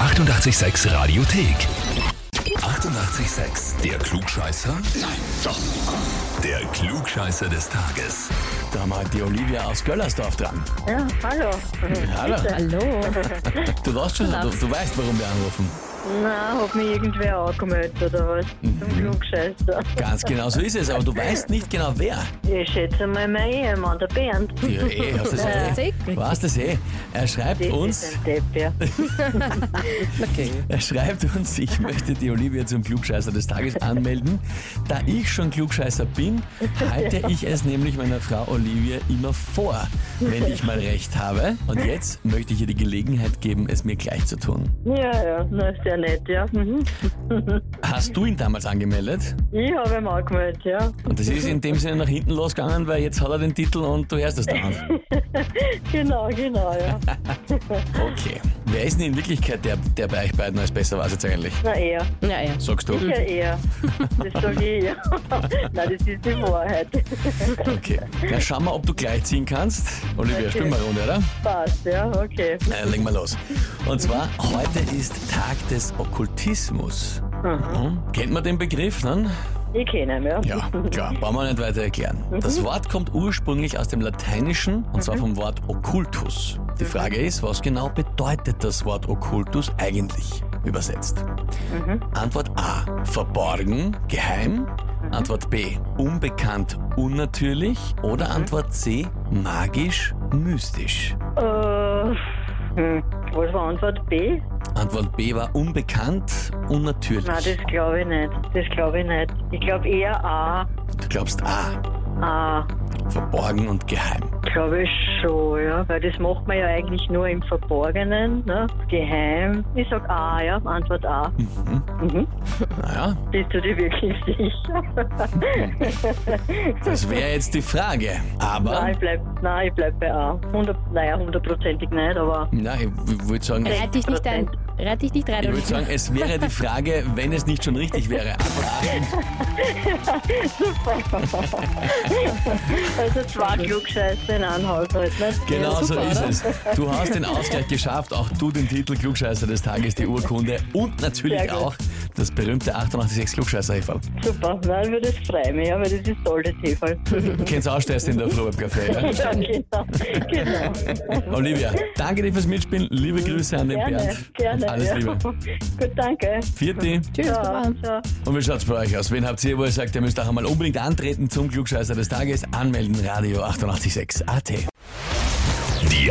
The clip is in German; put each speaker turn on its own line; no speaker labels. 886 Radiothek. 88,6. Der Klugscheißer? Nein, doch. Der Klugscheißer des Tages.
Da haben wir halt die Olivia aus Göllersdorf dran.
Ja, hallo.
Hallo.
Hallo.
Du weißt schon, du, du weißt, warum wir anrufen.
Na, hat mich irgendwer angemeldet oder was? Zum Klugscheißer.
Ganz genau so ist es, aber du weißt nicht genau wer.
Ich schätze mal mein Ehemann, der Bernd.
Ja, eh, hast du das
Hast du das eh
eh?
gekriegt?
Was das eh? Er schreibt
Das
uns,
ist ein Depp, ja.
Okay.
er schreibt uns, ich möchte die Olivia zum Klugscheißer des Tages anmelden. Da ich schon Klugscheißer bin, halte ich es nämlich meiner Frau Olivia immer vor, wenn ich mal recht habe. Und jetzt möchte ich ihr die Gelegenheit geben, es mir gleich zu tun.
Ja, ja, na, ist ja nett, ja. Mhm.
Hast du ihn damals angemeldet?
Ich habe ihn angemeldet, ja.
Und das ist in dem Sinne nach hinten losgegangen, weil jetzt hat er den Titel und du hörst es dauernd.
Genau, genau, ja.
Okay. Wer ist denn in Wirklichkeit der, der bei euch beiden als besser war jetzt eigentlich?
Na, er.
Ja, ja.
Sagst du?
Ja, er. Das sage ich ja. Nein, das ist die Wahrheit.
Okay. Na, schauen wir, ob du gleich ziehen kannst. Olivia,
Okay.
spielen wir eine Runde, oder?
Passt, ja, okay.
Äh, legen wir los. Und zwar, heute ist Tag des Okkultismus. Mhm. Kennt man den Begriff, ne?
Ich kenne ihn, ja.
Ja, klar. Brauchen wir nicht weiter erklären. Das Wort kommt ursprünglich aus dem Lateinischen und zwar vom Wort Occultus. Die Frage ist, was genau bedeutet das Wort Occultus eigentlich übersetzt? Antwort A. Verborgen, geheim. Antwort B. Unbekannt, unnatürlich. Oder Antwort C. Magisch, mystisch.
Äh, hm, was war Antwort B?
Antwort B war unbekannt, unnatürlich.
Nein, das glaube ich nicht. Das glaube ich nicht. Ich glaube eher A.
Du glaubst A.
A.
Verborgen und geheim.
Glaube ich schon, ja. Weil das macht man ja eigentlich nur im Verborgenen, ne? Geheim. Ich sag A, ja. Antwort A.
Naja,
Bist du dir wirklich sicher?
das wäre jetzt die Frage. Aber.
nein, ich bleib, nein, ich bleib bei A. 100, naja, hundertprozentig nicht, aber
Na, ich würde sagen, ich
Reit dich nicht ein. Reit dich nicht rein.
würd sagen, es wäre die Frage, wenn es nicht schon richtig wäre. Antwort A stimmt.
also zwei Klugscheiße in einem Haushalt, nicht?
Genau so
super,
ist
oder?
es. Du hast den Ausgleich geschafft, auch du den Titel Klugscheißer des Tages, die Urkunde und natürlich
Sehr gut.
auch das berühmte 886 klugscheißer e -Heferl.
Super, nein, würde das freuen, mich, ja, weil das ist toll, das Hefall.
Du kennst auch Stärste in der Früh beim Café, ja?
ja, genau, genau.
Olivia, danke dir fürs Mitspielen. Liebe Grüße an den
Gerne,
Bernd.
gerne.
Und alles
ja.
Liebe.
Gut, danke.
Vierte.
Tschüss, Baba.
Ciao, ciao.
Und wie schaut's bei euch aus? Wen habt ihr, wo ihr sagt, ihr müsst auch einmal unbedingt antreten zum Klugscheißer des Tages? Anmelden, Radio 886 AT.
Die